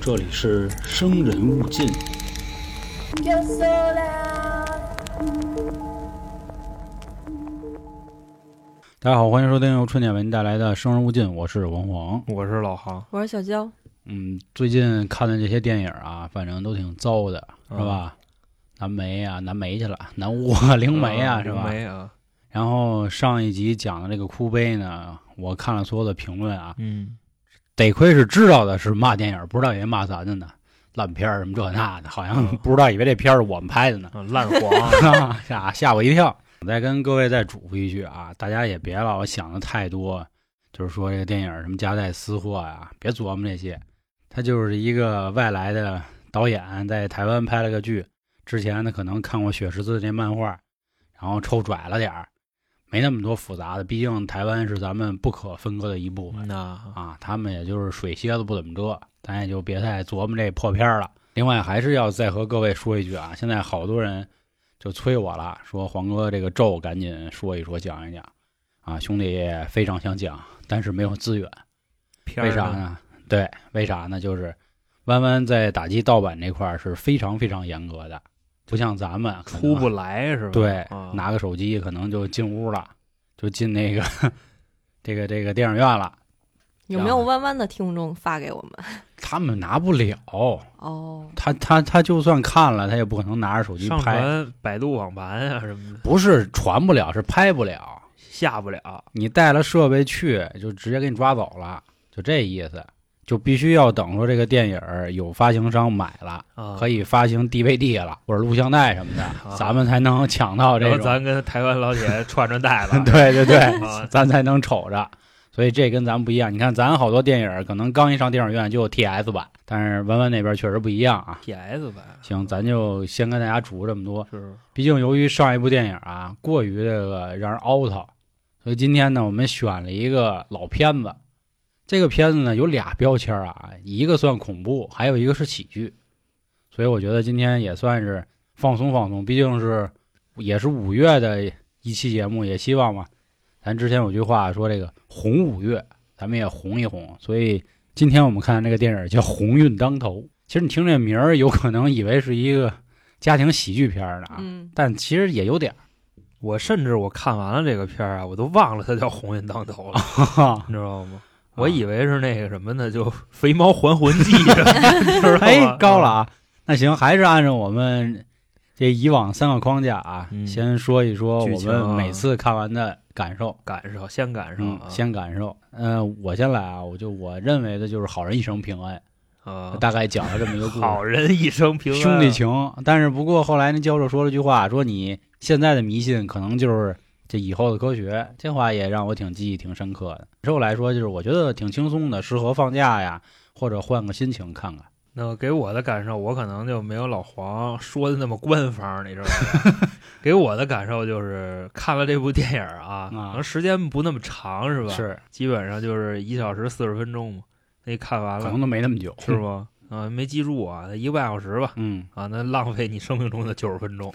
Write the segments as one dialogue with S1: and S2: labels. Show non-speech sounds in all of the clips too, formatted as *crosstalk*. S1: 这里是《生人勿进》。
S2: Yo sola,
S1: 大家好，欢迎收听由春点为您带来的《生人勿进》，我是王黄。
S3: 我是老航，
S4: 我是小娇，
S1: 嗯，最近看的这些电影啊，反正都挺糟的，是
S3: 嗯
S1: 吧？南梅啊，南梅去了， *laughs* 南巫啊，灵媒啊，
S3: 嗯
S1: 是
S3: 灵
S1: 吧？
S3: 媒啊，
S1: 然后上一集讲的这个哭悲呢，我看了所有的评论啊，
S3: 嗯，
S1: 得亏是知道的是骂电影，不知道以为骂咱的呢，烂片儿什么这那的，好像
S3: 嗯
S1: 不知道以为这片儿是我们拍的呢。
S3: 啊
S1: *laughs*
S3: 烂黄
S1: 吓吓我一跳。我再跟各位再嘱咐一句啊，大家也别老想的太多，就是说这个电影什么夹带私货呀、别琢磨这些。他就是一个外来的导演，在台湾拍了个剧，之前呢可能看过《雪十字》这漫画，然后抽拽了点儿，没那么多复杂的。毕竟台湾是咱们不可分割的一部分。
S3: 呐，
S1: 啊，他们也就是水蝎子不怎么着，咱也就别太琢磨这破片儿了。另外，还是要再和各位说一句啊，现在好多人就催我了，说黄哥这个咒赶紧说一说，讲一讲啊，兄弟也非常想讲，但是没有资源，
S3: 片儿
S1: 为啥
S3: 呢？
S1: 呢？对，为啥呢？就是弯弯在打击盗版这块儿是非常非常严格的，不像咱们可能
S3: 出不来是吧？
S1: 对，
S3: 啊
S1: 拿个手机可能就进屋了，就进那个 *laughs* 这个这个电影院了，
S4: 有没有弯弯的听众发给我们？
S1: 他们拿不了。
S4: 哦，
S1: 他他他就算看了，他也不可能拿着手机
S3: 上
S1: 拍，
S3: 传百度网盘啊什么的
S1: 不是传不了，是拍不了。
S3: 下不了，
S1: 你带了设备去，就直接给你抓走了，就这意思。就必须要等说这个电影儿有发行商买了，
S3: 啊
S1: 可以发行 DVD 了或者录像带什么的，
S3: 啊
S1: 咱们才能抢到这
S3: 然后
S1: 种。
S3: *laughs* 咱跟台湾老铁串串带
S1: *laughs*
S3: 吧，
S1: 对对对，
S3: 啊，
S1: 咱才能瞅着。所以这跟咱们不一样。你看，咱好多电影儿可能刚一上电影院就有 TS 版，但是弯弯那边确实不一样啊。
S3: PS 吧，
S1: 行，咱就先跟大家嘱咐这么多。
S3: 是
S1: 毕竟由于上一部电影啊过于这个让人凹槽，所以今天呢，我们选了一个老片子。这个片子呢有俩标签啊，一个算恐怖，还有一个是喜剧。所以我觉得今天也算是放松放松，毕竟是也是五月的一期节目，也希望嘛，咱之前有句话说这个红五月，咱们也红一红。所以今天我们看这个电影叫《鸿运当头》，其实你听这名儿，有可能以为是一个家庭喜剧片儿呢啊。
S4: 嗯，
S1: 但其实也有 *laughs* 点
S3: 我甚至我看完了这个片儿啊，我都忘了它叫《鸿运当头》了，
S1: 儿。
S3: 你知道吗？
S1: 啊
S3: 我以为是那个什么呢，就《肥猫还魂
S1: *laughs*
S3: 记》你知道吗，
S1: 哎，高了啊！那行，还是按照我们这以往三个框架啊，
S3: 嗯
S1: 先说一说
S3: 剧
S1: 我
S3: 情啊
S1: 们每次看完的感受。
S3: 赶上，先赶上
S1: 嗯，
S3: 啊，
S1: 先感受。嗯、我先来啊，我就我认为的就是好人一生平安，
S3: 啊，
S1: 大概讲了这么一 *laughs* 个故事。
S3: 好人一生平安，啊
S1: 兄弟情，但是不过后来那教授说了句话，说你现在的迷信可能就是这以后的科学，这话也让我挺记忆挺深刻的。感受来说，就是我觉得挺轻松的，适合放假呀，或者换个心情看看。
S3: 那给我的感受，我可能就没有老黄说的那么官方，你知道吧？
S1: *laughs*
S3: 给我的感受就是看了这部电影啊，
S1: 啊
S3: 可能时间不那么长，是吧？，
S1: 是，
S3: 基本上就是一小时四十分钟嘛。那看完
S1: 可
S3: 了
S1: 能都没那么久，
S3: 是？不？啊，没记住啊，那一个半小时吧，
S1: 嗯，
S3: 啊，那浪费你生命中的九十分钟，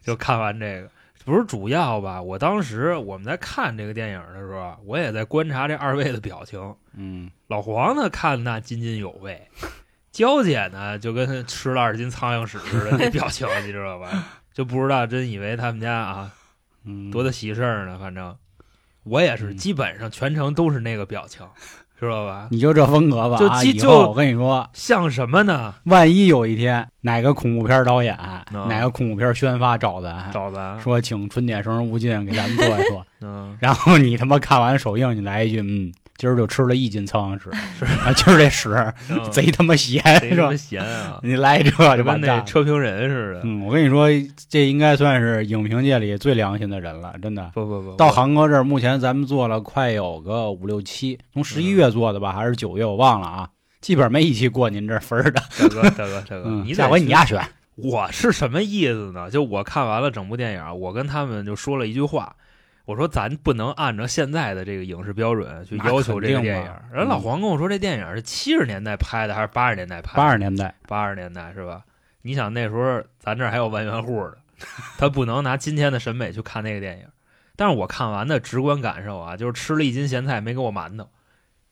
S3: 就看完这个。不是主要吧？我当时我们在看这个电影的时候，啊我也在观察这二位的表情。
S1: 嗯，
S3: 老黄呢看那津津有味，娇姐呢就跟吃了二斤苍蝇屎似的那表情，你知
S1: *laughs*
S3: 道吧？就不知道真以为他们家啊
S1: 嗯，
S3: 多大喜事儿呢。反正我也是，
S1: 嗯
S3: 基本上全程都是那个表情，知道吧？
S1: 你就这风格吧。
S3: 就
S1: 啊
S3: 记
S1: 以
S3: 就
S1: 后我跟你说，
S3: 像什么呢？
S1: 万一有一天哪个恐怖片导演、
S3: 嗯
S1: 哪个恐怖片宣发找咱，
S3: 找咱
S1: 说请春点生人勿近给咱们做一
S3: *laughs*
S1: 做，
S3: 嗯，
S1: 然后你他妈看完首映，你来一句，嗯，今儿就吃了一斤苍蝇屎，啊，今儿这屎
S3: 嗯
S1: 贼他妈咸，
S3: 贼
S1: 是
S3: 他
S1: 吧
S3: 妈？闲啊，
S1: 你来一这 *laughs* 就
S3: 就跟
S1: 完蛋
S3: 那
S1: 了。
S3: 车评人似的。
S1: 嗯，我跟你说，这应该算是影评界里最良心的人了，真的。
S3: 不不不，
S1: 到
S3: 我
S1: 航哥这儿，目前咱们做了快有个五六期，从十一月做的吧，还是九月，我忘了啊，基本上没一期过您这儿分儿的。
S3: 大哥大哥大哥，
S1: *laughs* 嗯，
S3: 你
S1: 下
S3: 得
S1: 回你
S3: 去
S1: 丫选。
S3: 我是什么意思呢？就我看完了整部电影，我跟他们就说了一句话，我说咱不能按照现在的这个影视标准去要求这个
S1: 那肯
S3: 电
S1: 定
S3: 影。
S1: 嘛嗯
S3: 人老黄跟我说，这电影是七十年代拍的还是八十年代拍的？
S1: 八十年代，
S3: 八十年代是吧？你想那时候咱这儿还有万
S1: *laughs*
S3: 元户呢，他不能拿今天的审美去看那个电影。但是我看完的直观感受啊，就是吃了一斤咸菜没给我馒头，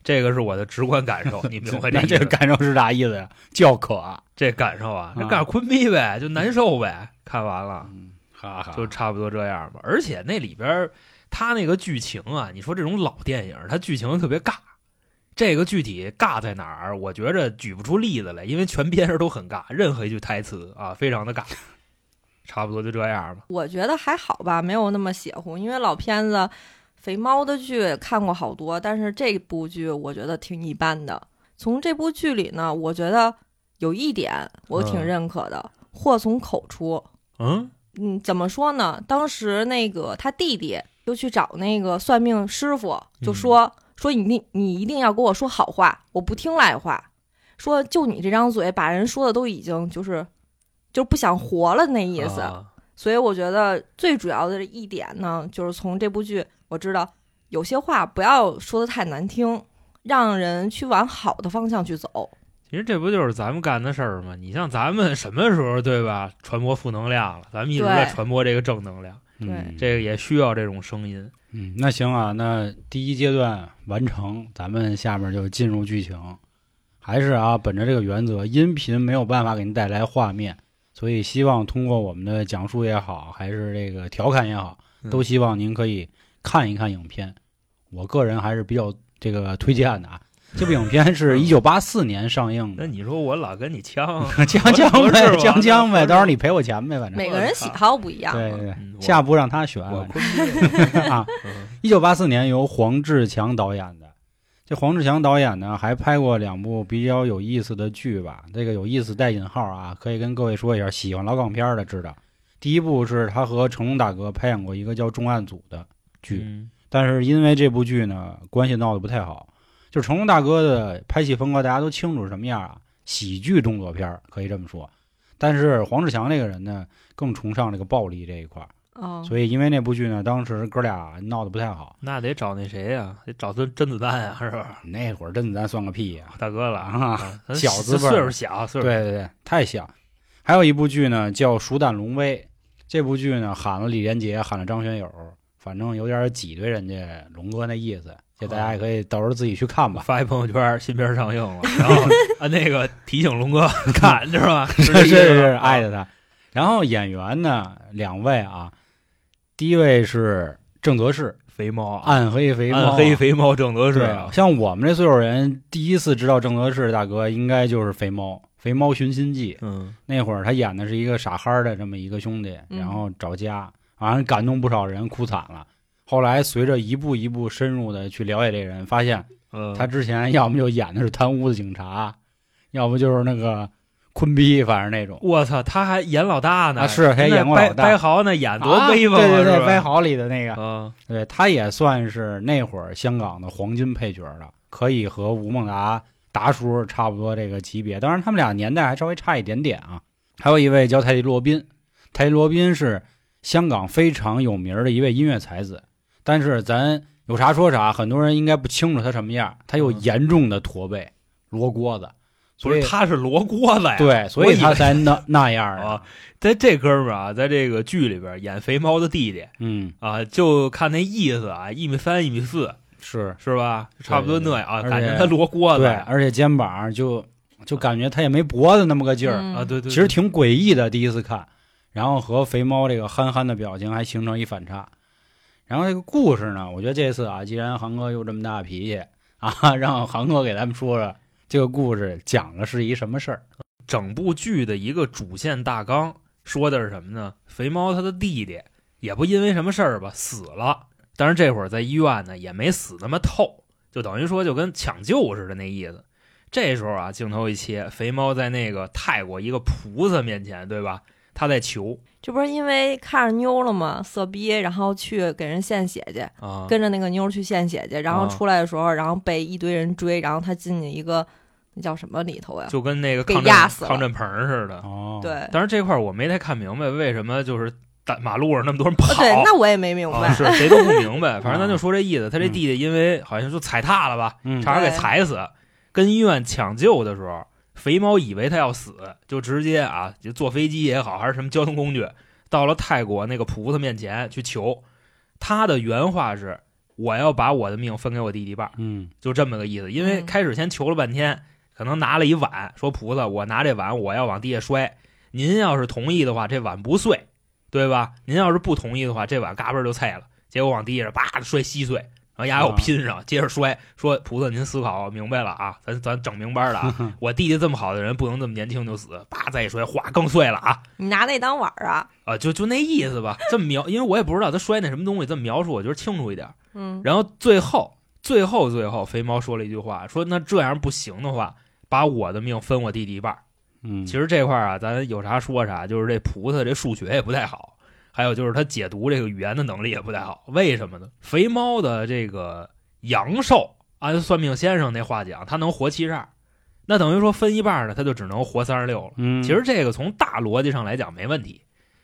S3: 这个是我的直观感受，你明白
S1: *laughs*
S3: 这
S1: 那
S3: 意
S1: 这
S3: 思
S1: 个感受是啥意思呀？叫渴啊，
S3: 这感受啊？那
S1: 啊
S3: 干坤逼呗，就难受呗。看完了
S1: 嗯，哈哈，
S3: 就差不多这样吧。而且那里边儿他那个剧情啊，你说这种老电影，它剧情特别尬。这个具体尬在哪儿？我觉着举不出例子来，因为全篇儿都很尬，任何一句台词啊，非常的尬。差不多就这样吧。
S4: 我觉得还好吧，没有那么邪乎，因为老片子。肥猫的剧看过好多，但是这部剧我觉得挺一般的。从这部剧里呢，我觉得有一点我挺
S3: 嗯
S4: 认可的，祸从口出。
S3: 嗯，
S4: 嗯，怎么说呢？当时那个他弟弟就去找那个算命师傅，就
S3: 嗯
S4: 说、说你你你一定要给我说好话，我不听赖话。说就你这张嘴，把人说的都已经就是就不想活了那意思。
S3: 啊
S4: 所以我觉得最主要的一点呢，就是从这部剧我知道有些话不要说的太难听，让人去往好的方向去走。
S3: 其实这不就是咱们干的事儿吗？你像咱们什么时候对吧，传播负能量了？咱们一直
S4: 对
S3: 在传播这个正能量，
S1: 嗯
S4: 对
S3: 这个也需要这种声音。
S1: 嗯，那行啊，那第一阶段完成，咱们下面就进入剧情。还是啊，本着这个原则，音频没有办法给您带来画面，所以希望通过我们的讲述也好，还是这个调侃也好，都
S3: 嗯
S1: 希望您可以看一看影片。我个人还是比较这个推荐的啊。这部影片
S3: 嗯
S1: 是一九八四年上映
S3: 那
S1: 的，
S3: 你说我老跟你呛，啊
S1: 将将
S3: 合适
S1: 呗，
S3: 吗
S1: 将将呗，
S3: 合适
S1: 到时候你赔我钱呗，反正。
S4: 每个人喜好不一样，
S1: 啊对对
S3: 嗯我
S1: 对，下部让他选
S3: *laughs* 我
S1: 反
S3: 坤
S1: 正 *laughs* 啊。
S3: 嗯
S1: 一九八四年由黄志强导演的。这黄志强导演呢，还拍过两部比较有意思的剧吧？这个有意思带引号啊，可以跟各位说一下。喜欢老港片儿的知道，第一部是他和成龙大哥拍演过一个叫《重案组》的剧，
S3: *laughs* 嗯
S1: 但是因为这部剧呢，关系闹得不太好。就成龙大哥的拍戏风格，大家都清楚是什么样啊，喜剧动作片儿可以这么说。但是黄志强这个人呢，更崇尚这个暴力这一块儿，
S4: 哦，
S1: 所以因为那部剧呢，当时哥俩闹得不太好。
S3: 那得找那谁呀、得找甄甄子丹啊呀、是吧？ *laughs*
S1: 那会儿甄子丹算个屁呀、
S3: 大哥了
S1: 啊
S3: 咱
S1: 小资辈儿
S3: 岁数小，岁
S1: 对
S3: 数小
S1: 对对，太像。还有一部剧呢，叫《鼠胆龙威》，这部剧呢喊了李连杰，喊了张学友，反正有点挤兑人家龙哥那意思，这
S3: 啊
S1: 大家也可以到时候自己去看吧。
S3: 发一朋友圈，新片上
S1: *laughs*
S3: 映了，然后啊那个提醒龙哥看，知道吧？ *laughs*
S1: 这
S3: 是这意
S1: 是
S3: 思
S1: 是
S3: 吧啊
S1: 爱着他。然后演员呢，两位啊，第一位是郑则仕，
S3: 肥猫，
S1: 暗黑肥猫啊，
S3: 暗黑肥猫郑德
S1: 对
S3: 是
S1: 啊，像我们这岁数人，第一次知道郑则仕大哥，应该就是《肥猫》《肥猫寻亲记》。
S3: 嗯，
S1: 那会儿他演的是一个傻憨儿的这么一个兄弟，
S4: 嗯
S1: 然后找家，好像感动不少人，哭惨了。后来随着一步一步深入的去了解这人，发现
S3: 嗯
S1: 他之前要么就演的是贪污的警察，要不就是那个坤逼，反正那种
S3: 我操，他还演老大呢，
S1: 啊是还演过老大
S3: 那掰掰豪呢，演多
S1: 啊
S3: 威风啊，
S1: 对对
S3: 是
S1: 对，
S3: 吧
S1: 歪豪里的那个，
S3: 啊，
S1: 对，他也算是那会儿香港的黄金配角了，可以和吴孟达达叔差不多这个级别。当然，他们俩年代还稍微差一点点啊。还有一位叫泰迪·罗宾，泰迪·罗宾是香港非常有名的一位音乐才子，但是咱有啥说啥，很多人应该不清楚他什么样。他有
S3: 嗯
S1: 严重的驼背、罗锅子，
S3: 不
S1: 所以
S3: 是他是罗锅子呀，
S1: 对，所
S3: 我
S1: 以
S3: 以
S1: 他
S3: 为
S1: 才那那样儿的
S3: 啊。在这哥们儿啊，在这个剧里边演肥猫的弟弟
S1: 嗯，
S3: 啊，就看那意思啊，一米三一米四
S1: 是
S3: 是吧？差不多那样啊，
S1: 对对对
S3: 感
S1: 而
S3: 觉
S1: 且
S3: 他罗锅子
S1: 对，
S3: 呀
S1: 而且肩膀就就感觉他也没脖子那么个劲儿。
S4: 嗯
S3: 啊，对对，对
S1: 其实挺诡异的，第一次看，然后和肥猫这个憨憨的表情还形成一反差。然后这个故事呢，我觉得这次啊，既然韩哥又这么大脾气啊，让韩哥给咱们说说这个故事讲的是一什么事儿。
S3: 整部剧的一个主线大纲说的是什么呢？肥猫他的弟弟也不因为什么事儿吧死了，但是这会儿在医院呢也没死那么透，就等于说就跟抢救似的那意思。这时候啊，镜头一切，肥猫在那个泰国一个菩萨面前，对吧？他在求
S4: 这不是因为看着妞了吗？色逼，然后去给人献血去，
S3: 啊，
S4: 跟着那个妞去献血去，然后
S3: 啊
S4: 出来的时候，然后被一堆人追，然后他进去一个那叫什么里头呀？
S3: 就跟那个
S4: 给
S3: 抗
S4: 压
S3: 战
S4: 死了
S3: 抗战棚似的。
S1: 哦，，
S4: 对，
S3: 但是这块儿我没太看明白，为什么就是大马路上那么多人
S4: 哦
S3: 跑？
S4: 对，那我也没明白。
S3: 啊，是谁都不明白。反正咱就说这意思，他这
S1: 嗯
S3: 弟弟因为好像就踩踏了吧，
S1: 嗯，
S3: 差点给
S4: 对
S3: 踩死。跟医院抢救的时候，肥猫以为他要死，就直接啊，就坐飞机也好，还是什么交通工具，到了泰国那个菩萨面前去求。他的原话是：“我要把我的命分给我弟弟一半儿，
S1: 嗯
S3: 就这么个意思。因为
S4: 嗯
S3: 开始先求了半天，可能拿了一碗，说菩萨，我拿这碗我要往地下摔，您要是同意的话，这碗不碎，对吧？您要是不同意的话，这碗嘎嘣儿就碎了。结果往地下叭摔稀碎，然后丫又
S1: 啊
S3: 拼上，接着摔，说菩萨您思考明白了啊，咱咱整明白了啊，我弟弟这么好的人不能这么年轻就死，叭再一摔，哗更碎了啊。
S4: 你拿那当碗儿啊？
S3: 啊，就就那意思吧，这么描，因为我也不知道他摔那什么东西，这么描述我觉得清楚一点儿。
S4: 嗯，
S3: 然后最后，最后，最后，肥猫说了一句话，说那这样不行的话，把我的命分我弟弟一半儿。
S1: 嗯，
S3: 其实这块儿啊，咱有啥说啥，就是这菩萨这数学也不太好，还有就是他解读这个语言的能力也不太好。为什么呢？肥猫的这个阳寿，按算命先生那话讲，他能活七十二，那等于说分一半儿呢，他就只能活三十六了。
S1: 嗯，
S3: 其实这个从大逻辑上来讲没问题，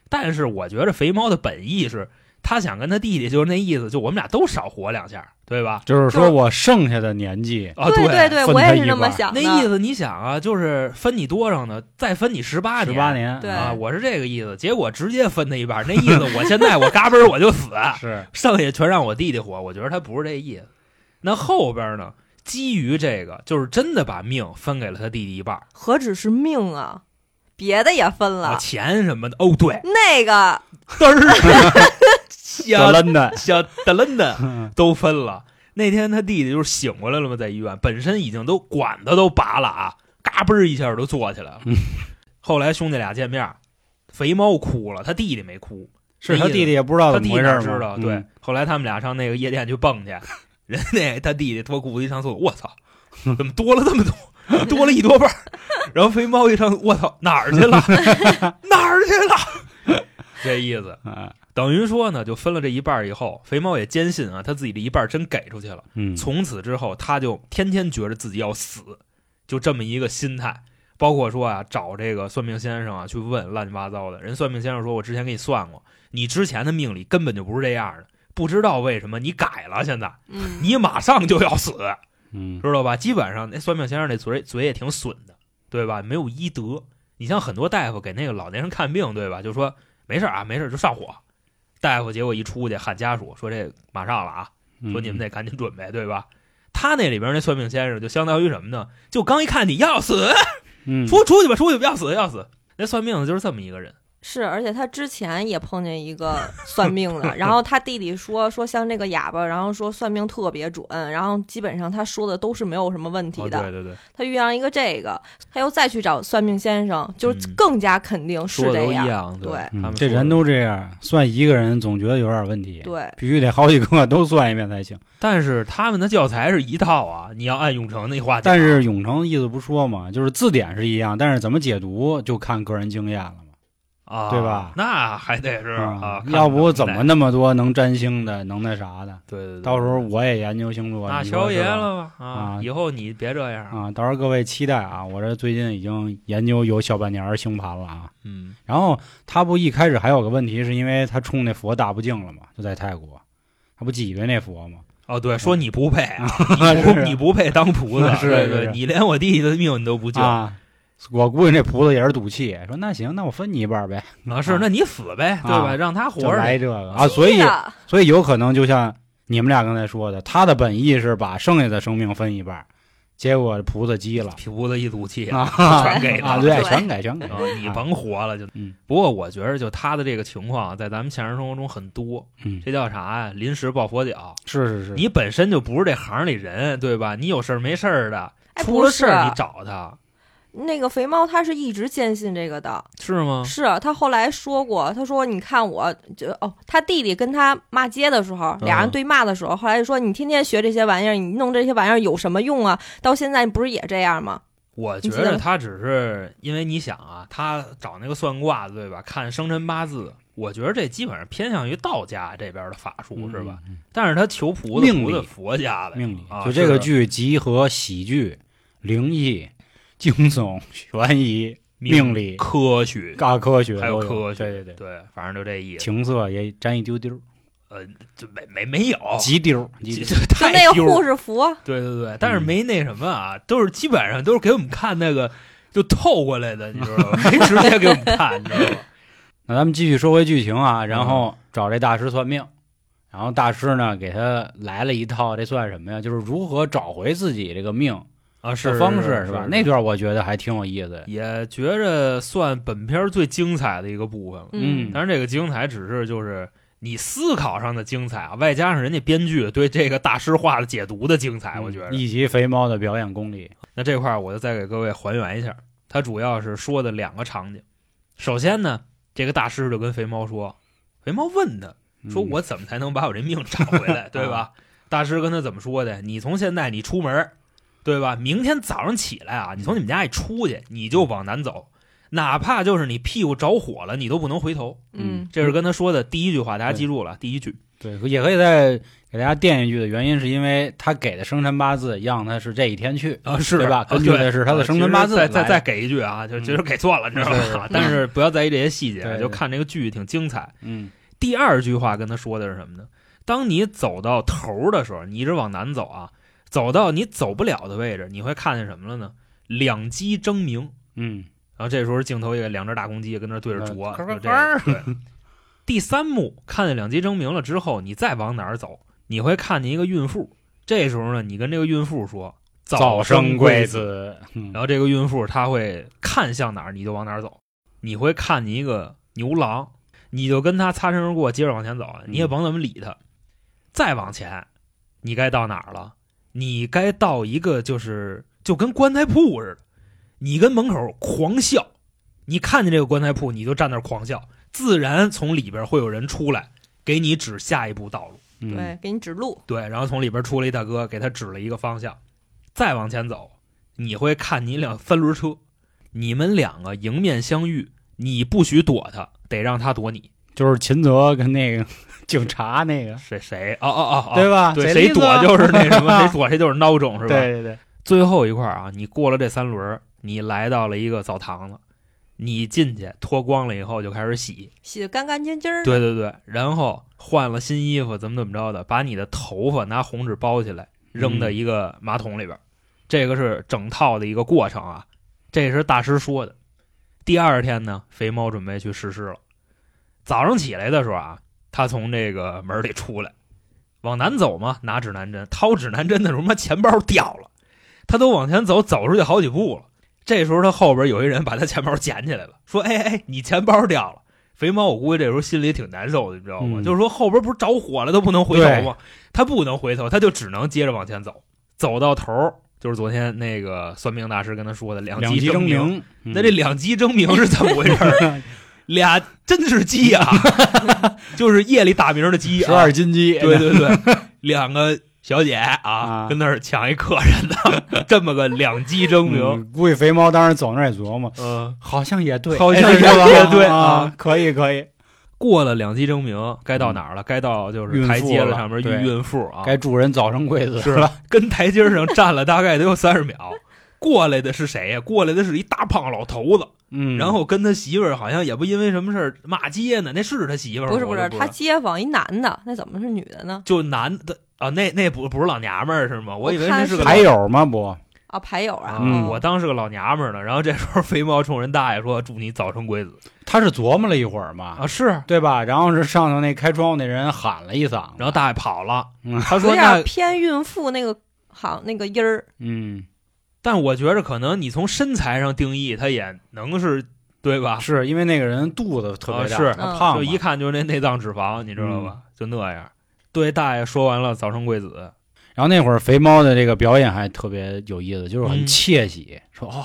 S3: 但是我觉着肥猫的本意是，他想跟他弟弟就是那意思，就我们俩都少活两下，对吧？
S1: 就是
S4: 就是
S1: 说我剩下的年纪，
S3: 啊，
S4: 对
S3: 对
S4: 对，
S1: 分
S4: 我
S1: 他
S4: 也是
S1: 一
S4: 这么
S1: 半儿
S4: 想的。
S3: 那意思你想啊，就是分你多少呢？再分你十八
S1: 十
S3: 年，
S1: 八年，
S4: 对
S3: 啊，我是这个意思。结果直接分他一半儿，那意思我现在我嘎嘣儿我就死，
S1: 是，
S3: 剩下全让我弟弟活。我觉得他不是这意思。那后边呢？基于这个，就是真的把命分给了他弟弟一半儿，
S4: 何止是命啊，别的也分
S3: 啊
S4: 了。
S3: 钱什么的。哦，对，
S4: 那个
S3: *laughs* 嘚
S1: *laughs*
S3: 儿，吓
S1: 小兰
S3: *laughs*
S1: 的，
S3: 小德伦的都分了。那天他弟弟就是醒过来了嘛，在医院，本身已经都管子都拔了啊，嘎嘣儿一下就坐起来了。后来兄弟俩见面，肥猫哭了，他弟弟没哭，
S1: 是他
S3: 那意思
S1: 弟弟也不知道
S3: 他
S1: 怎
S3: 弟
S1: 么
S3: 弟
S1: 回事
S3: 哪
S1: 儿
S3: 知道？
S1: 嘛，
S3: 对，
S1: 嗯，
S3: 后来他们俩上那个夜店去蹦去，人那他弟弟脱裤子一上厕所，我操，怎么多了这么多，多了一多半儿然后肥猫一上，我操，哪儿去
S1: *laughs*
S3: 了？哪儿去了？ *laughs* 这意思。
S1: 啊
S3: 等于说呢，就分了这一半儿以后，肥猫也坚信啊，他自己这一半儿真给出去了。
S1: 嗯，
S3: 从此之后，他就天天觉着自己要死，就这么一个心态。包括说啊，找这个算命先生啊去问乱七八糟的人。算命先生说，我之前给你算过，你之前的命里根本就不是这样的，不知道为什么你改了，现在
S4: 嗯，
S3: 你马上就要死，
S1: 嗯，
S3: 知道吧？基本上那算命先生那嘴嘴也挺损的，对吧？没有医德。你像很多大夫给那个老年人看病，对吧？就说没事儿啊，没事儿就上火。大夫结果一出去喊家属说这马上了啊，说你们
S1: 得
S3: 得赶紧准备，对吧？他那里边那算命先生就相当于什么呢？就刚一看你要死，
S1: 嗯
S3: 出出去吧，出去吧，要死要死。那算命的就是这么一个人，
S4: 是，而且他之前也碰见一
S3: *laughs*
S4: 个算命的，然后他弟弟说说像这个哑巴，然后说算命特别准，然后基本上他说的都是没有什么问题
S3: 哦，
S4: 的。
S3: 对对对，
S4: 他遇上一个这个，他又再去找算命先生，就是
S3: 嗯
S4: 更加肯定是
S3: 说的
S4: 这
S3: 都一
S4: 样。
S3: 样，
S4: 对
S3: 他们
S1: 嗯这
S3: 说的
S1: 人都这样，算一个人总觉得有点问题，
S4: 对，
S1: 必须得好几个都算一遍才
S3: *laughs*
S1: 行。
S3: 但是他们的教材是一套啊，你要按永成那话讲，
S1: 但是永成意思不说嘛，就是字典是一样，但是怎么解读就看个人经验了嘛，
S3: 啊，
S1: 对吧嗯
S3: 那还得是啊，看
S1: 要不
S3: 看
S1: 怎么那么多能占星的，能那啥的？
S3: 对对对，
S1: 到时候我也研究星座，
S3: 那
S1: 你说
S3: 乔爷
S1: 是吧
S3: 了吧啊
S1: 啊，
S3: 以后你别这样，
S1: 啊！到时候各位期待啊，我这最近已经研究有小半年儿星盘了啊。
S3: 嗯，
S1: 然后他不一开始还有个问题，是因为他冲那佛大不敬了嘛，就在泰国，他不挤兑那佛嘛，
S3: 哦对，说你不配啊，你不
S1: 是啊
S3: 你不配当菩萨，
S1: 是
S3: 对
S1: 是
S3: 对，
S1: 是
S3: 你连我弟弟的命你都不救
S1: 啊，我估计那菩萨也是赌气，说那行，那我分你一半儿呗，
S3: 啊，是，那你死呗，对吧？
S1: 啊
S3: 让他活
S1: 就
S3: 着
S1: 来这个啊，所
S4: 对
S1: 以
S4: 呀，
S1: 所以有可能就像你们俩刚才说的，他的本意是把剩下的生命分一半儿，结果菩萨急了
S3: 皮肤的一赌气
S1: 啊，
S3: *laughs* 全给他
S1: 啊，
S3: 了。
S1: 对，
S4: 对
S1: 全给全给
S3: 啊，你甭活了就。
S1: 嗯
S3: 不过我觉得，就他的这个情况啊，在咱们现实生活中很多。
S1: 嗯，
S3: 这叫啥呀？临时抱佛脚。
S1: 是是是，
S3: 你本身就不是这行里人，对吧？你有事儿没事儿的，
S4: 哎
S3: 出了事儿
S4: 不是
S3: 你找他，
S4: 那个肥猫他是一直坚信这个的，
S3: 是吗？
S4: 是他后来说过，他说你看我就哦，他弟弟跟他骂街的时候，俩人
S3: 嗯
S4: 对骂的时候，后来就说你天天学这些玩意儿，你弄这些玩意儿有什么用啊？到现在不是也这样吗？
S3: 我觉
S4: 你记
S3: 得
S4: 得
S3: 他只是因为你想啊，他找那个算卦的，对吧？看生辰八字，我觉得这基本上偏向于道家这边的法术，是吧？？
S1: 嗯
S3: 但是他求菩萨，
S1: 命
S3: 菩萨
S1: 理
S3: 佛家的
S1: 命理
S3: 啊，
S1: 就这
S3: 是
S1: 个剧集合喜剧、灵异、 *laughs* 惊悚、悬疑、命理、
S3: 科学，
S1: 大科学都，
S3: 还有科学
S1: 对对对，
S3: 对，反正就这意思。
S1: 情色也沾一丢丢，
S3: 呃，这没没没有，
S1: 极丢，极
S3: *laughs* 这
S1: 丢
S3: 这
S4: 就
S3: 太
S4: 那个
S3: 丢
S4: 护
S3: 了。
S4: 士服，啊
S3: 对对对，但是没那什么啊，都是基本上都是给我们看那个就透过来的，你知道吧？ *laughs* 没直接给我们看，你知道吧？嗯
S1: 那咱们继续说回剧情啊，然后找这大师算命，然后大师呢给他来了一套，这算什么呀？就是如何找回自己这个命
S3: 啊，
S1: 的
S3: 是
S1: 方式，
S3: 是嗯
S1: 吧？那段我觉得还挺有意思的。
S3: 也觉着算本片儿最精彩的一个部分了。
S1: 嗯
S3: 但是这个精彩只是就是你思考上的精彩啊，外加上人家编剧对这个大师画的解读的精哎彩，我觉
S1: 嗯
S3: 得。
S1: 以及肥猫的表演功力，
S3: 那这块儿我就再给各位还原一下，它主要是说的两个场景。首先呢，这个大师就跟肥猫说，肥猫问他说：“
S1: 嗯啊
S3: 我怎么才能把我这命找回
S1: *laughs*
S3: 来，对吧？”大师跟他怎么说的？你从现在你出门儿，对吧？明天早上起来啊，你从你们家一出去，你就往南走，哪怕就是你屁股着火了，你都不能回头。
S1: 嗯
S4: 嗯
S3: 这是跟他说的第一句话，大家记住了，第一句。
S1: 对，也可以再给大家垫一句的原因，是因为他给的生辰八字让他是这一天去，
S3: 啊，是
S1: 对吧
S3: 啊
S1: 根据的是他的
S3: 啊
S1: 生辰八字
S3: 其实再再
S1: 来嗯
S3: 再给一句啊，就其实给错了，你知道
S1: 是
S3: 吧？但是不要在意这些细
S1: 对
S3: 节，啊
S1: 对
S3: 就看这个剧挺精彩。
S1: 嗯
S3: 第二句话跟他说的是什么呢？当你走到头儿的时候，你一直往南走啊，走到你走不了的位置，你会看见什么了呢？两鸡争鸣。
S1: 嗯，
S3: 然后这时候镜头也两只大公鸡跟那儿对着啄，
S1: 嗯
S3: 就这个对。第三幕看见两鸡争鸣了之后，你再往哪儿走，你会看见一个孕妇。这时候呢，你跟这个孕妇说“
S1: 早
S3: 生
S1: 生贵
S3: 子”，
S1: 子，
S3: 啊
S1: 嗯
S3: 然后这个孕妇她会看向哪儿，你就往哪儿走。你会看见一个牛郎，你就跟他擦身而过，接着往前走，啊你也甭怎么理他。再往前，你该到哪儿了？你该到一个就是就跟棺材铺似的，你跟门口狂笑，你看见这个棺材铺，你就站那儿狂笑，自然从里边会有人出来给你指下一步道路。
S1: 嗯
S4: 对，给你指路，
S3: 对，然后从里边出来一大哥，给他指了一个方向，再往前走，你会看你辆三轮车，你们两个迎面相遇，你不许躲他，得让他躲你。
S1: 就是秦泽跟那个 *laughs* 警察那个，
S3: 谁谁？哦哦哦哦，
S1: 对吧？
S3: 对，
S1: 谁
S3: 谁躲就是那什
S1: *laughs*
S3: 么，谁
S1: 躲
S3: 躲谁就是孬种，是吧？
S1: 啊对对对，
S3: 最后一块儿啊，你过了这三轮儿，你来到了一个澡堂子，你进去脱光了以后就开始洗，
S4: 洗得干干净净儿。
S3: 对对对，然后换了新衣服，怎么怎么着的，把你的头发拿红纸包起来，扔到一个马桶里边儿。这个是整套的一个过程啊，这是大师说的。第二天呢，肥猫准备去实施了。早上起来的时候啊，他从这个门里出来，往南走嘛，拿指南针，掏指南针的时候，他妈钱包掉了，他都往前走，走出去好几步了。这时候他后边有一人把他钱包捡起来了，说：“哎哎，你钱包掉了。”肥猫，我估计这时候心里挺难受的，你知道吗？
S1: 嗯
S3: 就是说后边不是着火了都不能回
S1: 对
S3: 头吗？他不能回头，他就只能接着往前走，走到头儿就是昨天那个算命大师跟他说的两
S1: 两
S3: 鸡
S1: 极争
S3: 鸣。
S1: 鸣，嗯
S3: 那这两鸡争鸣是怎么回事儿？俩真是
S1: *laughs*
S3: 鸡啊，就是夜里打鸣的鸡、
S1: 嗯
S3: 啊，
S1: 十二金鸡，哎
S3: 对对对，两个小姐啊，
S1: 啊
S3: 跟那儿抢一客人的， *laughs* 这么个两鸡争鸣，
S1: 嗯估计肥猫当时走那儿也琢磨，
S3: 嗯，
S1: 好像也对，
S3: 好像
S1: 哎
S3: 也
S1: 是吧
S3: 也对
S1: 啊
S3: 啊，
S1: 可以可以，
S3: 过了两鸡争鸣，该到哪儿了？该到就是台阶了，上面
S1: 孕妇了
S3: 孕孕妇啊，
S1: 该助人早生贵子
S3: 是
S1: 了，
S3: 跟台阶上站了大概得有三十秒。过来的是谁呀？过来的是一大胖老头子，
S1: 嗯，
S3: 然后跟他媳妇儿好像也不因为什么事儿骂街呢，那是他媳妇儿吗
S4: 不是
S3: 我
S4: 不
S3: 都
S4: 是，
S3: 不
S4: 他街坊一男的，那怎么是女的呢？
S3: 就男的啊，那那不不是老娘们儿是吗？我以为那是个
S4: 我看是
S3: 老
S1: 还有吗？不，
S4: 啊，牌友啊，
S1: 嗯
S4: 哦
S3: 我当是个老娘们儿呢。然后这时候肥猫冲人大爷说：“祝你早生贵子
S1: 他是琢磨了一会儿嘛，
S3: 啊！”是。
S1: 对吧？然后是上头那开窗户那人喊了一嗓子，
S3: 然后大爷跑了
S1: 嗯，
S3: 他
S4: 有
S3: 说：“那
S4: 点偏孕妇那个好那个音儿， *laughs*
S1: 嗯，
S3: 但我觉着可能你从身材上定义，他也能是对吧？
S1: 是因为那个人肚子特别大，
S3: 啊是
S1: 他
S4: 嗯
S1: 胖嘛，
S3: 就一看就是那内脏脂肪，你知道
S1: 嗯
S3: 吧？就那样。对大爷说完了早生贵子，
S1: 然后那会儿肥猫的这个表演还特别有意思，就是很窃喜，说哦，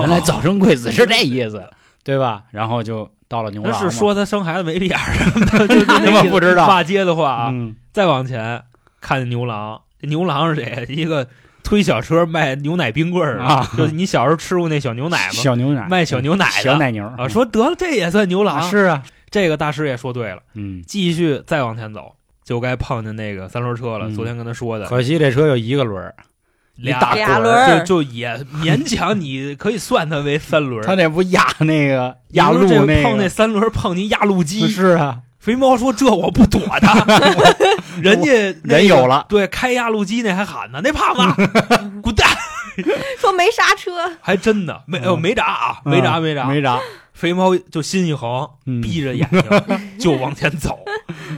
S1: 原来早生贵子是这意思，
S3: *laughs*
S1: 对吧？然后就到了牛
S3: 那
S1: 郎嘛，
S3: 是说他生孩子没屁眼儿什
S1: *laughs*
S3: 么的，就是
S1: 根本不知道
S3: 骂街的话啊。
S1: 嗯，
S3: 再往前看见牛郎，这牛郎是谁？一个推小车卖牛奶冰棍儿的
S1: 啊
S3: 就是你小时候吃过那小牛奶吗？
S1: 小牛奶
S3: 卖小牛奶的
S1: 小奶牛
S3: 啊，说得了，这也算牛郎。
S1: 啊是啊，
S3: 这个大师也说对了，
S1: 嗯，
S3: 继续再往前走，就该碰见那个三轮车了。
S1: 嗯
S3: 昨天跟他说的，
S1: 可惜这车有一个轮儿，
S3: 俩
S1: 一大
S4: 俩
S1: 滚
S4: 轮
S1: 儿，
S4: 儿
S3: 就就也勉强你可以算它为三轮儿。
S1: 他这不压那个
S3: 你说
S1: 压路
S3: 这
S1: 那
S3: 碰那
S1: 个，
S3: 三轮儿碰你压路
S1: 不
S3: 机，
S1: 是啊，
S3: 肥猫说这我不躲
S1: *laughs*
S3: 他，人家那个
S1: 人有了
S3: 对开压路机那还喊呢，那
S1: *laughs*
S3: 胖子滚蛋，
S4: 说没刹车，
S3: 还真的没呃
S1: 嗯
S3: 没闸啊，没闸没闸，
S1: 没闸，
S3: 肥猫就心一横，
S1: 嗯 *laughs*
S3: *laughs* 闭着眼睛就往前走，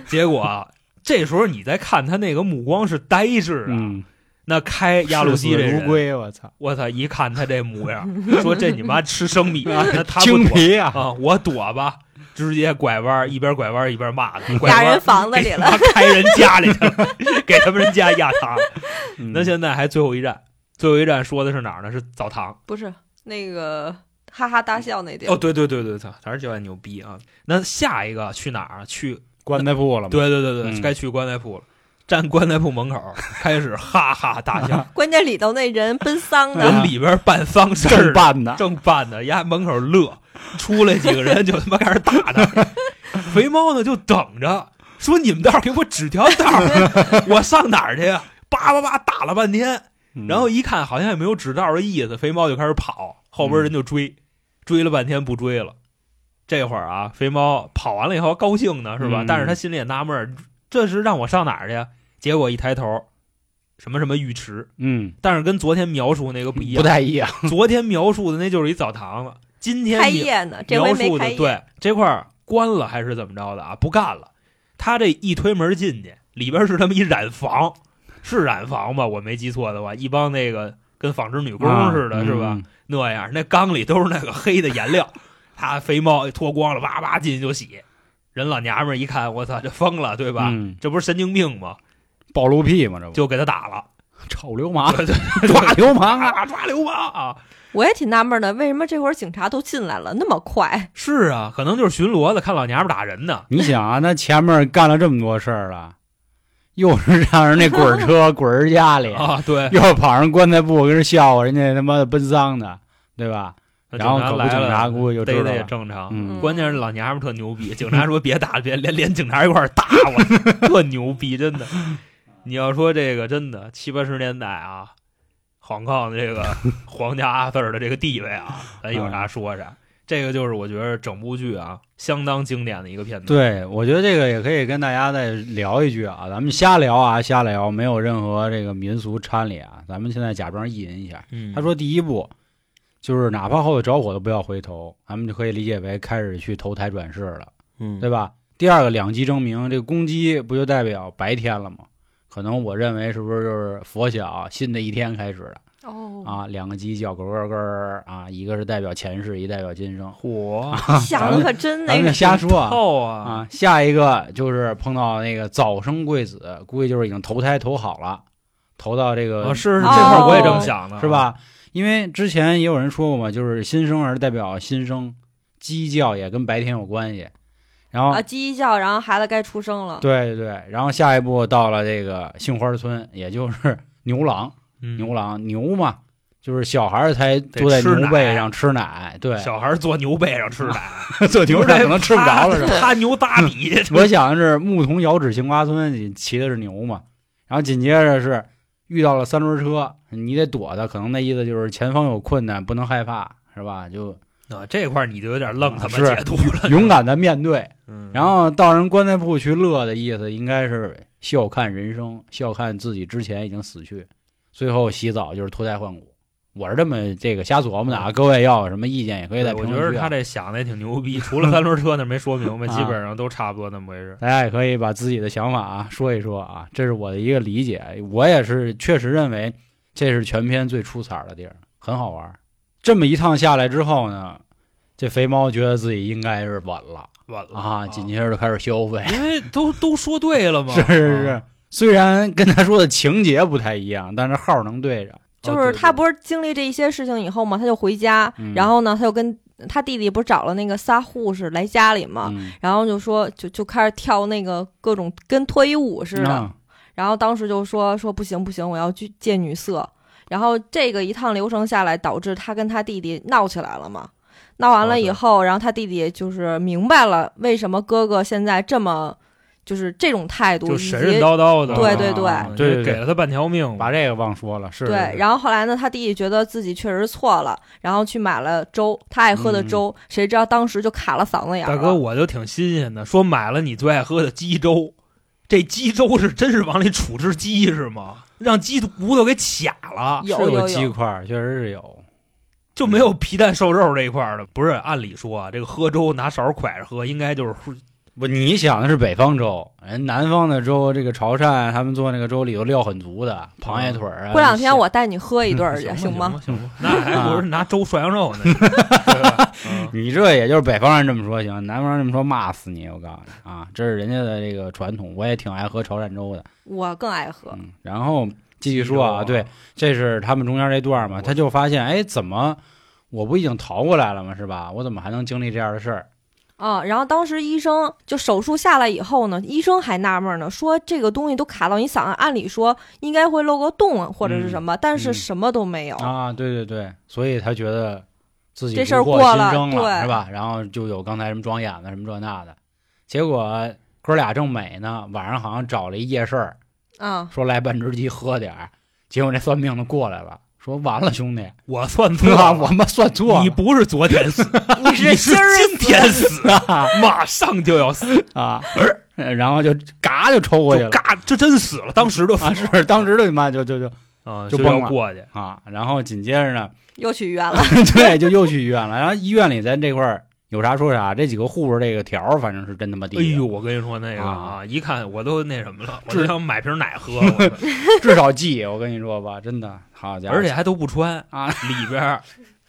S3: 结果啊这时候你再看他那个目光是呆滞啊，
S1: 嗯，
S3: 那开亚路西这
S1: 视死如
S3: 人，
S1: 归，我操，
S3: 我操！一看他这模样， *laughs* 说这你妈吃生米，
S1: *laughs*
S3: 那他不
S1: 青
S3: 躲
S1: 皮
S3: *laughs*
S1: 啊，
S3: 啊，我躲吧，直接拐弯，一边拐弯一边骂
S1: 嗯
S3: 他，拐
S4: 打
S3: 弯
S4: 人房子里
S3: 给
S4: 了，
S3: 他妈开人家里去了，
S1: *laughs*
S3: 给他们人家压塌了。
S1: 嗯
S3: 那现在还最后一站，最后一站说的是哪儿呢？是澡堂。
S4: *laughs* 不是那个哈哈大笑那地
S3: 哦，
S4: 儿，
S3: 对对对对，操，还是教练牛逼啊！那下一个去哪儿啊？去，
S1: 棺材铺了嘛，
S3: 对对对对，
S1: 嗯
S3: 该去棺材铺了。站棺材铺门口，开始哈哈大
S1: *laughs*
S3: 笑，
S4: 关键里头那人奔丧
S1: 啊
S4: 的，
S3: 跟里边办丧
S1: *laughs*
S3: 事
S1: 正
S3: 儿
S1: 办的，
S3: 正办呢，丫门口乐，出来几个人就他妈开始打他。 *laughs* 肥猫呢就等着，说你们倒是给我指条道儿，
S1: *laughs*
S3: 我上哪儿去呀？叭叭叭打了半天，
S1: 嗯
S3: 然后一看好像也没有指道的意思，肥猫就开始跑，后边人就追，追了半天不追了。这会儿啊，肥猫跑完了以后高兴呢，是吧？
S1: 嗯
S3: 但是他心里也纳闷儿，这是让我上哪儿去呀？啊结果一抬头，什么什么浴池，
S1: 嗯，
S3: 但是跟昨天描述那个不一
S1: 不
S3: 样。
S1: 太一样，
S3: 昨天描述的那就是一澡堂了，今天
S4: 开
S3: 描
S4: 业呢，这回
S3: 描
S4: 没
S3: 述
S4: 开
S3: 的
S4: 业，
S3: 对这块儿关了还是怎么着的啊？不干了，他这一推门进去，里边是他们一染房，是染房吧？我没记错的话，一帮那个跟纺织女工似的，
S1: 啊
S3: 是吧？
S1: 嗯
S3: 那样那缸里都是那个黑的颜料， *laughs* 他肥猫脱光了，哇哇进去就洗。人老娘们儿一看，我操，这疯了，对吧？
S1: 嗯，
S3: 这不是神经病吗？
S1: 暴露癖嘛，这不
S3: 就给他打了，
S1: 臭流氓，
S3: 对对
S1: 耍流氓
S3: *laughs*
S1: 啊，
S3: 啊，抓流氓啊！
S4: 我也挺纳闷的，为什么这会儿警察都进来了那么快？
S3: 是啊，可能就是巡逻的，看老娘们儿打人呢。
S1: 你想啊，那前面干了这么多事儿了，又是让人那滚儿
S3: *laughs*
S1: 车滚儿人家里，
S3: 啊，对，
S1: 又跑人棺材铺跟人笑话人家他妈的奔丧的，对吧？ *laughs* 然后
S3: 警察
S1: 可不
S3: 来
S1: 警察
S3: 了，
S1: 估计就
S3: 逮
S1: 知道
S3: 的也
S1: 了。
S3: 正常。
S1: 嗯，
S3: 关键是老娘们儿特牛逼，警察说别打了，别连连警察一块儿打我， *laughs* 特牛逼，真的。你要说这个真的七八十年代啊，黄抗的这个
S1: *laughs*
S3: 皇家阿 Sir 的这个地位啊，咱有啥说
S1: 嗯
S3: 啥。这个就是我觉得整部剧啊相当经典的一个片段。
S1: 对，我觉得这个也可以跟大家再聊一句啊，咱们瞎聊啊，瞎聊，没有任何这个民俗掺里啊。咱们现在假装意淫一下，
S3: 嗯
S1: 他说第一步就是哪怕后头着火都不要回头，咱们就可以理解为开始去投胎转世了。
S3: 嗯
S1: 对吧？第二个两极争鸣，这个公鸡不就代表白天了吗？可能我认为是不是就是佛晓新的一天开始了
S4: 哦，
S3: 嗯
S1: 啊？两个鸡叫咯咯咯儿啊，一个是代表前世，一代表今生。
S3: 火
S4: *laughs* 想的可真
S1: 咱
S4: 那
S1: 们
S4: 个，
S1: 瞎说啊
S3: 透啊，
S1: 啊！下一个就是碰到那个早生贵子，估计就是已经投胎投好了，投到呃这个、
S3: 啊是是这
S4: 哦
S3: 块儿我也这么想的，
S1: 是？吧？因为之前也有人说过嘛，就是新生儿代表新生，鸡叫也跟白天有关系。然后
S4: 啊，鸡一叫，然后孩子该出生了，
S1: 对对对，然后下一步到了这个杏花村，也就是牛郎，
S3: 嗯
S1: 牛郎牛嘛，就是小孩儿才坐在
S3: 得吃
S1: 牛
S3: 奶
S1: 背上吃奶，对，
S3: 小孩儿坐牛背上吃奶，
S1: *laughs* 坐 *laughs*
S3: *laughs*
S1: 牛上可能吃不着了是吧？
S3: 他牛大米，
S1: 我想的是牧童遥指杏花村，骑的是牛嘛，然后紧接着是遇到了三轮车，你得躲它，可能那意思就是前方有困难，不能害怕，是吧？就
S3: *laughs* 啊，这块儿你就有点愣他妈
S1: 啊是
S3: 解读
S1: *laughs*
S3: 了。
S1: 勇敢的面对。
S3: *laughs* 嗯
S1: 然后到人棺材铺去乐的意思，应该是笑看人生，笑看自己之前已经死去，最后洗澡就是脱胎换骨。我是这么这个瞎琢磨的啊，各位要有什么意见也可以在
S3: 嗯对
S1: 评
S3: 我觉
S1: 论
S3: 得
S1: 区
S3: 他
S1: 啊，
S3: 这想的也挺牛逼， *laughs* 除了三轮车那没说明白，
S1: 啊
S3: 基本上都差不多那么回事。
S1: 大家也可以把自己的想法啊说一说啊，这是我的一个理解，我也是确实认为这是全片最出彩的地儿，很好玩。这么一趟下来之后呢，这肥猫觉得自己应该是稳了
S3: 完了
S1: 啊，紧接着就开始消
S4: *laughs*
S1: 费。
S3: 因为都都说对了
S1: *laughs*
S3: 嘛，
S1: 是是是
S3: 啊，，
S1: 虽然跟他说的情节不太一样，但是号能哦对着。
S4: 就是他
S3: 啊
S4: 不是经历这一些事情以后嘛，他就回家，
S1: 嗯
S4: 然后呢，他就跟他弟弟不是找了那个仨护士来家里嘛，
S1: 嗯，
S4: 然后就说就就开始跳那个各种跟脱衣舞似的，
S1: 啊
S4: 然后当时就说说不行不行，我要去见女色。然后这个一趟流程下来，导致他跟他弟弟闹起来了嘛。闹完
S1: 哦
S4: 了以后，然后他弟弟就是明白了为什么哥哥现在这么就是这种态度，
S3: 就
S4: 以
S3: 神神
S4: 及
S3: 叨叨的，
S4: 对对对
S3: 啊
S1: 对对对
S3: 给了他半条命，
S1: 嗯把这个忘说了，是
S4: 对。然后后来呢，他弟弟觉得自己确实错了，然后去买了粥，他爱喝的粥，谁知道当时就卡了嗓子眼儿
S3: 大
S4: 了。
S3: 哥我就挺新鲜的，说买了你最爱喝的鸡粥，这鸡粥是真是往里杵只鸡是吗？让鸡骨头给卡了，
S1: 是
S4: 有有
S1: 鸡
S4: 有，
S1: 块儿，确实是有。
S3: 就没有皮蛋瘦肉这一块儿的。不是，按理说啊，这个喝粥拿勺儿蒯着喝，应该就是
S1: 不，你想的是北方粥，人南方的粥，这个潮汕他们做那个粥里头料很足的，螃蟹腿儿啊。
S4: 嗯过两天我带你喝一顿
S3: *laughs*
S4: 儿去，
S3: 行
S4: 行
S3: 吧
S4: 吗？？
S3: 行吧，那还
S4: 啊
S3: 不是拿粥涮羊肉
S4: *laughs*
S1: *laughs*
S3: 呢？对吧嗯
S1: 你这也就是北方人这么说行，南方人这么说骂死你！我告诉你啊，这是人家的这个传统，我也挺爱喝潮汕粥的。
S4: 我更爱喝，
S1: 嗯，然后继续说啊，
S3: 鸡肉
S1: 对，这是他们中间这段嘛，
S3: 我
S1: 他就发现，哎，怎么我不已经逃过来了吗？是吧？我怎么还能经历这样的事儿？
S4: 啊，然后当时医生就手术下来以后呢，医生还纳闷呢，说这个东西都卡到你嗓子，按理说应该会漏个洞或者是什么，但是
S1: 嗯
S4: 什么都没有。
S1: 啊，对对对，所以他觉得自己
S4: 这
S1: 不
S4: 事儿
S1: 获
S4: 过
S1: 新
S4: 了
S1: 生
S4: 对
S1: 是吧？然后就有刚才什么装眼的什么这那的，结果哥俩正美呢，晚上好像找了一夜市儿，
S4: 啊，
S1: 说来半只鸡喝点儿，结果那算命的过来了，说完了兄
S4: *laughs*
S1: 弟，
S3: 我算错
S1: 吧？
S3: 了，
S1: 我们算错了，
S3: 你不是昨天死，
S4: 你
S3: 你是
S4: 今儿死
S3: 今天死啊，马上就要死，
S1: 啊，然后就嘎就抽过去
S3: 就
S1: 了。
S3: 嘎，这真死了，当时就死
S1: 啊，是当时就他妈就就就
S3: 啊，
S1: 就
S3: 就
S1: 崩
S3: 要
S1: 了
S3: 过去。
S1: 啊，然后紧接着呢， *laughs*
S4: 又去医院了。
S1: 对，就又去医院了。然后医院里咱这块儿有啥说啥，这几个护士这个条儿反正是真他妈低
S3: 哎
S1: 的，
S3: 呦，我跟你说那个
S1: 啊
S3: 啊，一看我都那什么了，我
S1: 这
S3: 就想买瓶奶
S1: *laughs*
S3: 喝，我说
S1: 至少 G，我跟你说吧，真的，好家伙，
S3: 而且还都不穿
S1: 啊，
S3: 里边儿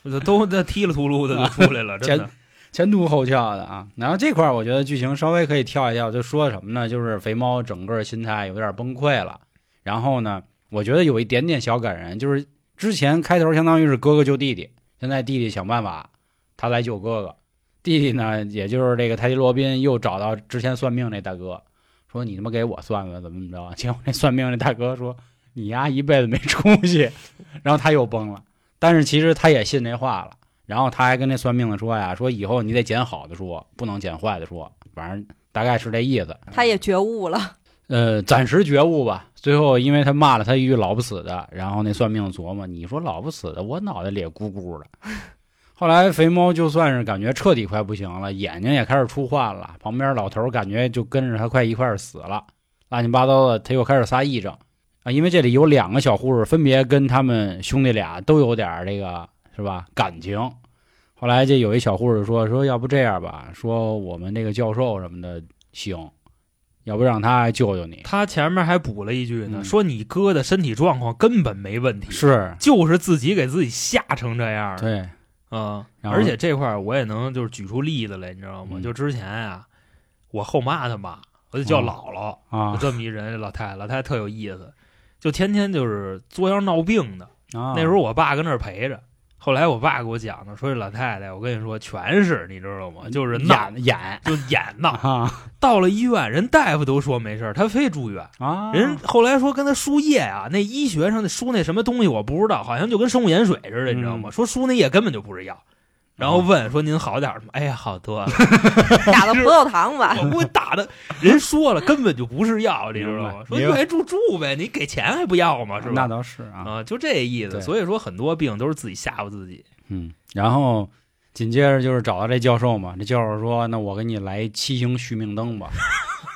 S3: 我就都那踢了秃噜的就出来了，真的。
S1: *laughs* 前凸后翘的啊。然后这块儿我觉得剧情稍微可以跳一跳，就说什么呢？就是肥猫整个心态有点崩溃了。然后呢，我觉得有一点点小感人，就是之前开头相当于是哥哥救弟弟，现在弟弟想办法他来救哥哥，弟弟呢也就是这个泰迪罗宾又找到之前算命那大哥，说你他妈给我算算怎么怎么着？结果那算命那大哥说你丫一辈子没出息，然后他又崩了。但是其实他也信这话了。然后他还跟那算命的说呀，说以后你得捡好的说，不能捡坏的说，反正大概是这意思。
S4: 他也觉悟了，
S1: 呃，暂时觉悟吧。最后，因为他骂了他一句“老不死的”，然后那算命琢磨，你说老不死的，我脑袋里也咕咕的。后来肥猫就算是感觉彻底快不行了，眼睛也开始出幻了，旁边老头儿感觉就跟着他快一块儿死了，乱七八糟的，他又开始撒癔症啊。因为这里有两个小护士，分别跟他们兄弟俩都有点儿这个是吧感情。后来这有一小护士说说，要不这样吧，说我们这个教授什么的行，要不让他救救你。
S3: 他前面还补了一句呢，
S1: 嗯
S3: 说你哥的身体状况根本没问题，
S1: 是，
S3: 就是自己给自己吓成这样的。
S1: 对，
S3: 嗯，
S1: 然后
S3: 而且这块儿我也能就是举出例子来，你知道吗？
S1: 嗯
S3: 就之前啊，我后妈他妈，我就叫
S1: 嗯
S3: 姥姥，
S1: 啊
S3: 有这么一人，老太太，老太太特有意思，就天天就是作样闹病的。
S1: 啊，
S3: 那时候我爸跟那儿陪着，后来我爸给我讲的，说这老太太，我跟你说全是，你知道吗？就是闹，
S1: 演演
S3: 就演闹。
S1: 啊
S3: 到了医院，人大夫都说没事儿，他非住院。
S1: 啊，
S3: 人后来说跟他输液啊，那医学上那输那什么东西我不知道，好像就跟生物盐水似的，你知道
S1: 嗯
S3: 吗？
S1: 哦
S3: 说输那液根本就不是药，然后问说您好点儿了吗？哎呀，好多
S1: *laughs*
S3: 了，
S4: 打到葡萄糖
S3: *laughs*
S4: 吧。
S3: 我估计打的人说了根本就不是药，你知道
S1: 明白
S3: 吗？说
S1: 明白
S3: 愿意住住呗，你给钱还不要吗？是
S1: 那
S3: 吧？
S1: 倒是啊，
S3: 啊，就这意
S1: 对
S3: 思。所以说很多病都是自己吓唬自己。
S1: 嗯，然后紧接着就是找到这教授嘛，这教授说，那我给你来七星续命灯
S3: *laughs*
S1: 吧。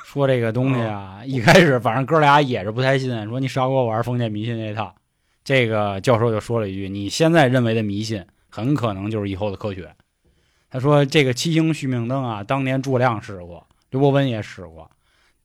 S1: 说这个东西
S3: 哦
S1: 啊，一开始反正哥俩也是不太信，说你少给我玩封建迷信这一套。这个教授就说了一句：“你现在认为的迷信，很可能就是以后的科学。”他说：“这个七星续命灯啊，当年诸葛亮使过，刘伯温也使过，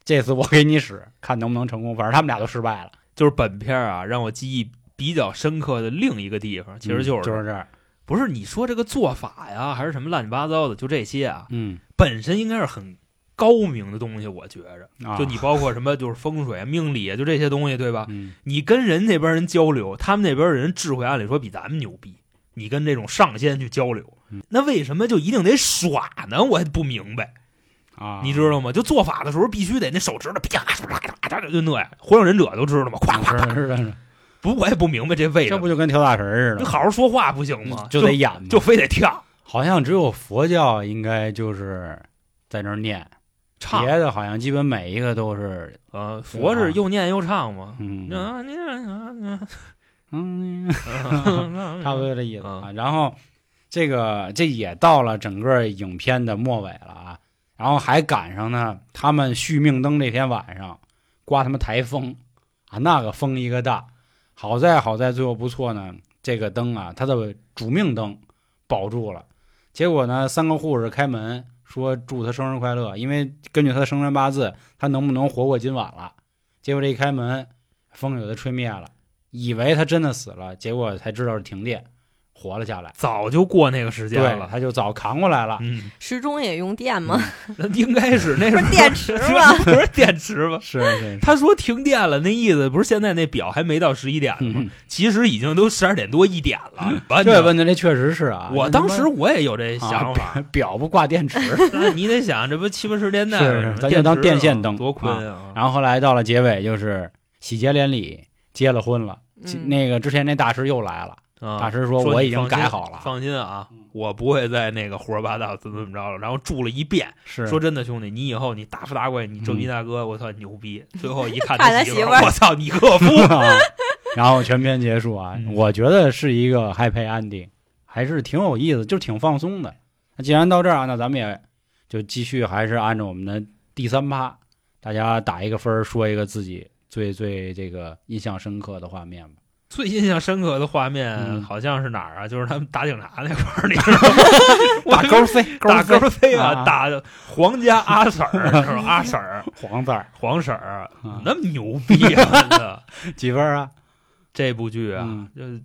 S1: 这次我给你使，看能不能成功。反正他们俩都失败了，
S3: 就是本片儿啊，让我记忆比较深刻的另一个地方，其实
S1: 就嗯
S3: 就是、
S1: 就是这儿，
S3: 不是你说这个做法呀，还是什么乱七八糟的，就这些啊，
S1: 嗯，
S3: 本身应该是很高明的东西，我觉着。
S1: 啊、
S3: 就你包括什么就是风水、命理啊，就这些东西，对吧？
S1: 嗯，
S3: 你跟人那边人交流，他们那边人智慧按理说比咱们牛逼，你跟这种上仙去交流
S1: 嗯，
S3: 那为什么就一定得耍呢？我也不明白，
S1: 啊，*laughs*
S3: 你知道吗？就做法的时候必须得那手指头啪啪啪啪就那样，火影忍者都知道吗？咵咵
S1: 是是
S3: 咵，
S1: 是，
S3: 不，我也不明白这为什
S1: 这
S3: 么，
S1: 不就跟跳大神似的
S3: 你
S1: 吗？
S3: 好好说话不行吗？
S1: 就
S3: 就
S1: 得演嘛
S3: 就非得跳
S1: 好像只有佛教应该就是在那儿念，
S3: 唱，
S1: 别的好像基本每一个都是
S3: 呃，佛是又念又唱嘛。
S1: 嗯
S3: 啊，你啊
S1: 嗯，
S3: 啊，
S1: 差不多这意思啊。
S3: 啊
S1: 然后这个这也到了整个影片的末尾了啊，然后还赶上呢，他们续命灯那天晚上刮他们台风啊，那个风一个大，好在好在最后不错呢，这个灯啊，它的主命灯保住了。结果呢，三个护士开门，说祝他生日快乐，因为根据他的生辰八字，他能不能活过今晚了。结果这一开门，风给他吹灭了，以为他真的死了，结果才知道是停电，活了下来。
S3: 早就过那个时间
S1: 对，
S3: 了。
S1: 他就早扛过来了。
S3: 嗯，
S4: 时钟也用电吗？
S3: 那应该是
S1: *laughs*
S4: *laughs*
S3: 那
S4: 不
S3: *laughs* 是
S4: 是电池吗？
S3: 不是电池吧？
S1: 是是是，
S3: 他说停电了，那意思不是现在那表还没到十一点呢
S1: *laughs*
S3: 吗？
S1: 嗯
S3: 其实已经都十二点多一点
S1: *laughs*
S3: 了。完
S1: 这
S3: 全，
S1: 问题这确实是啊。
S3: 嗯我
S1: 那
S3: 当
S1: 他
S3: 时
S1: 妈
S3: 我嗯也有这想法，
S1: 表不挂电池，
S3: 那你得想，这不七八十年代
S1: 是
S3: 了，
S1: 咱就当电
S3: 电池
S1: 线灯
S3: 多亏啊！
S1: 然后后来到了结尾就是喜结连理，结了婚了。其
S4: 嗯
S1: 那个之前那大师又来了，
S3: 啊
S1: 大师说
S3: 说
S1: 我
S3: 你
S1: 已经
S3: 放心
S1: 改好了，嗯
S3: 放心啊，我不会再那个胡说八道怎么怎么着了。然后住了一遍，
S1: 是，
S3: 说真的，兄弟，你以后你大富大贵，你周一大哥，我操牛逼！最
S4: *laughs*
S3: 后一看
S4: 看他
S3: 媳
S4: 媳妇
S3: 儿
S4: 儿
S3: 我操你克夫
S1: *laughs* 啊然后全篇结束啊，
S3: 嗯
S1: 我觉得是一个 happy ending，还是挺有意思，就挺放松的。那既然到这儿啊，那咱们也就继续，还是按照我们的第三趴，大家打一个分儿，说一个自己最最这个印象深刻的画面吧。
S3: 最印象深刻的画面
S1: 嗯
S3: 好像是哪儿啊？就是他们打警察那块儿，你知道吗？
S1: *laughs* 打
S3: 我
S1: 勾飞，
S3: 打
S1: 勾
S3: 勾
S1: 飞
S3: 飞啊，
S1: 啊
S3: 打皇家阿婶儿，是吧？阿婶儿，
S1: 黄字儿
S3: 皇婶儿
S1: 啊，
S3: 那么牛逼啊！真的
S1: 几分儿啊？
S3: 这部剧啊
S1: 嗯，
S3: 就是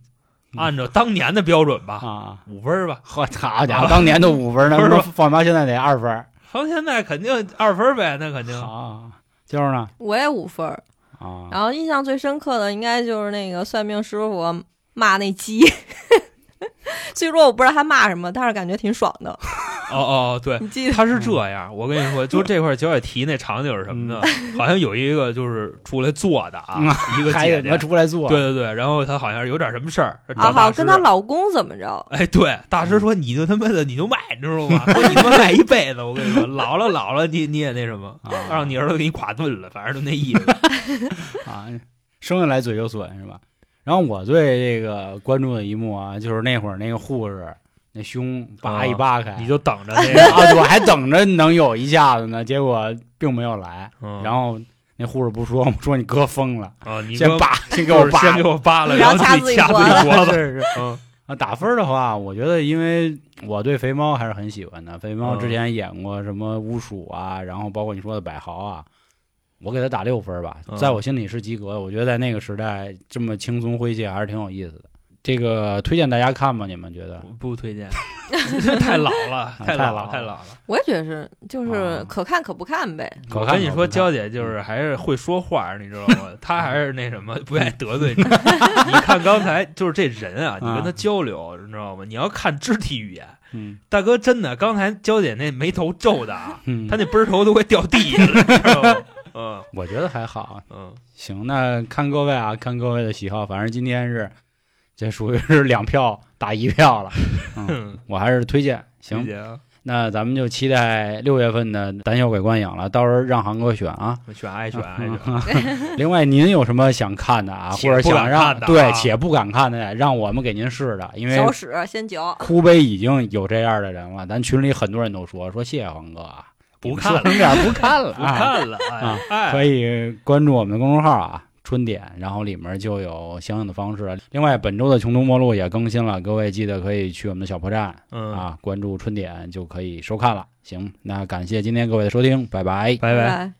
S3: 按照当年的标准吧，
S1: 啊，
S3: 五分儿吧。
S1: 呵，好家伙，当年都五分儿呢，
S3: 啊不是
S1: 说
S3: 吧
S1: 放到现在得二分儿。
S3: 到现在肯定二分儿呗，那肯定。
S1: 啊，就是呢
S4: 我也五分儿。
S1: 啊，
S4: 然后印象最深刻的应该就是那个算命师傅骂那鸡， *laughs* 虽说我不知道他骂什么，但是感觉挺爽
S1: *laughs*
S4: 的。
S3: 哦哦，对，
S4: 你 *laughs* 记得？
S3: 他是这样，我跟你说，就这块儿小野提那场景是什么呢？
S4: 嗯
S3: 好像有一个就是出来做的啊
S1: 嗯，
S3: 一
S1: *laughs*
S3: 个
S1: 还
S3: 姐
S1: 有
S3: 姐
S1: 他，出来做，
S3: 对对对，然后她好像是有点什么事儿，
S4: 啊，
S3: 找
S4: 好，
S3: 大师
S4: 跟她。老公怎么着？
S3: 哎，对，大师说你就他妈的你就卖，你知道吗？说你他妈卖一辈子，我跟你说，老了老了，你你也那什么，
S1: 啊
S3: 让你儿子给你垮顿了，反正就那意思。
S1: 啊，生下来嘴就损是吧？然后我对这个关注的一幕啊，就是那会儿那个护士那胸扒一扒开，
S3: 哦你就等
S1: *laughs*
S3: 着那个，
S1: 啊，我还等着能有一下子呢，结果并没有来。
S3: 嗯
S1: 然后那护士不说吗？说你哥疯了，
S3: 啊，你
S1: 先
S3: 给我
S1: 扒，先给
S3: 就
S1: 我
S3: 是
S1: 扒，
S3: 先给我扒了，
S4: 然
S3: 然
S4: 后
S3: 后
S4: 掐
S3: 自
S4: 自己
S3: 掐自己脖
S1: 我
S3: 子。
S1: *laughs* 是是。
S3: 嗯
S1: 啊，打分儿的话，我觉得因为我对肥猫还是很喜欢的。肥猫之
S3: 嗯
S1: 前演过什么巫鼠啊，然后包括你说的百豪啊，我给他打六分儿吧，
S3: 嗯
S1: 在我心里是及格的。我觉得在那个时代这么轻松诙谐还是挺有意思的。这个推荐大家看吧，你们觉得？
S3: 不不推荐， *laughs* 太老了，
S1: 啊
S3: 太
S1: 太
S3: 老
S1: 老
S3: 了，
S1: 了
S3: 太老了。
S4: 我也觉得是，就是
S1: 啊
S4: 可看可不看呗。
S1: 可
S3: 我
S1: 看
S3: 跟你
S1: 可
S3: 说，
S1: 不看
S3: 娇姐
S1: 嗯
S3: 就是还是会说话，你知
S1: *laughs*
S3: 道吗？她还是那什么，不愿意得罪你。 *laughs* 你看刚才就是这人啊，你跟他交流，你知道吗？你要看肢体语言，
S1: 嗯
S3: 大哥真的，刚才娇姐那眉头皱
S1: *laughs*
S3: 的啊，
S1: 嗯，
S3: 她那奔儿头都快掉地下了，你知道吗？ *laughs* 嗯
S1: 我觉得还好。
S3: 嗯，
S1: 行，那看各位啊，看各位的喜好。反正今天是这属于是两票打一票了，
S3: 哼
S1: 我还是推荐。行
S3: 嗯理，解啊，
S1: 那咱们就期待六月份的胆小鬼观影了，到时候让航哥选
S3: *laughs*
S1: 啊。
S3: 我选爱选
S1: *laughs*
S3: 爱选。
S1: 另外，您有什么想看的啊，或
S3: 且
S1: 者
S3: 不
S1: 想
S3: 敢
S1: 让
S3: 看的啊
S1: 对且不敢看的，让我们给您试的，因为
S4: 小史先嚼，
S1: 哭悲已经有这样的人了，咱群里很多人都说说谢谢黄哥啊，
S3: 不看了
S1: 你们说成这样不看
S3: *laughs*
S1: 了
S3: 不
S1: 啊，
S3: 看了，
S1: 啊
S3: 哎哎，
S1: 可以关注我们的公众号啊。春点，然后里面就有相应的方式。另外，本周的穷途末路也更新了，各位记得可以去我们的小破站啊
S3: 嗯，
S1: 啊，关注春点就可以收看了。行，那感谢今天各位的收听，拜拜。
S3: 拜拜。
S4: 拜。